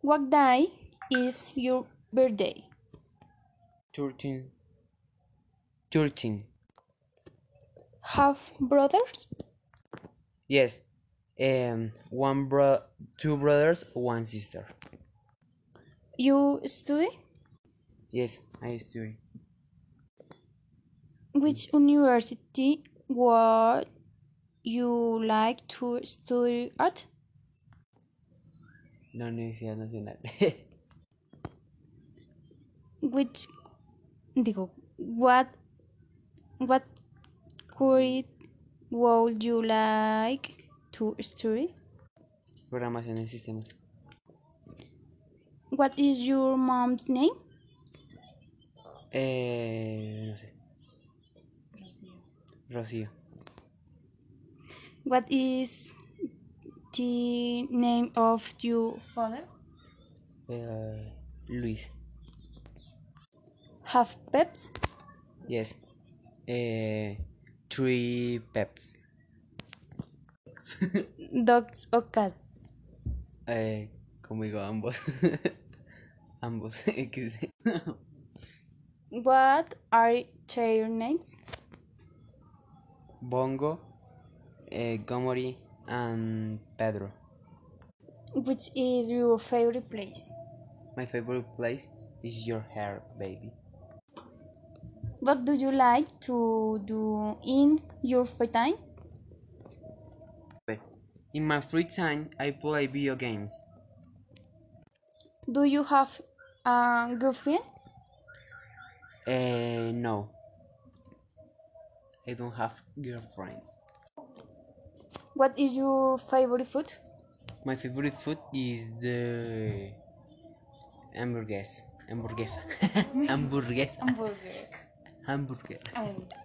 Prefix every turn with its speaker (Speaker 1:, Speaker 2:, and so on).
Speaker 1: What day is your birthday?
Speaker 2: 13 13
Speaker 1: Have brothers?
Speaker 2: yes um one bro two brothers one sister
Speaker 1: You study?
Speaker 2: yes i study
Speaker 1: Which university would you like to study at?
Speaker 2: la universidad nacional
Speaker 1: Which digo, what what course would you like to study?
Speaker 2: programación en sistemas
Speaker 1: What is your mom's name?
Speaker 2: eh no sé rocío
Speaker 1: What is the name of your father?
Speaker 2: eh, luis
Speaker 1: Have pets?
Speaker 2: yes eh three peps
Speaker 1: Dogs or cats?
Speaker 2: eh conmigo ambos ambos XD.
Speaker 1: What are their names?
Speaker 2: bongo eh, gomori and pedro
Speaker 1: Which is your favorite place?
Speaker 2: My favorite place is your hair, baby.
Speaker 1: What do you like to do in your free time?
Speaker 2: Wait. In my free time, I play video games.
Speaker 1: Do you have a girlfriend?
Speaker 2: Eh, no, I don't have girlfriend.
Speaker 1: What is your favorite food?
Speaker 2: My favorite food is the hamburgues, hamburguesa, hamburguesa,
Speaker 1: Hamburger.
Speaker 2: hamburger.
Speaker 1: Um,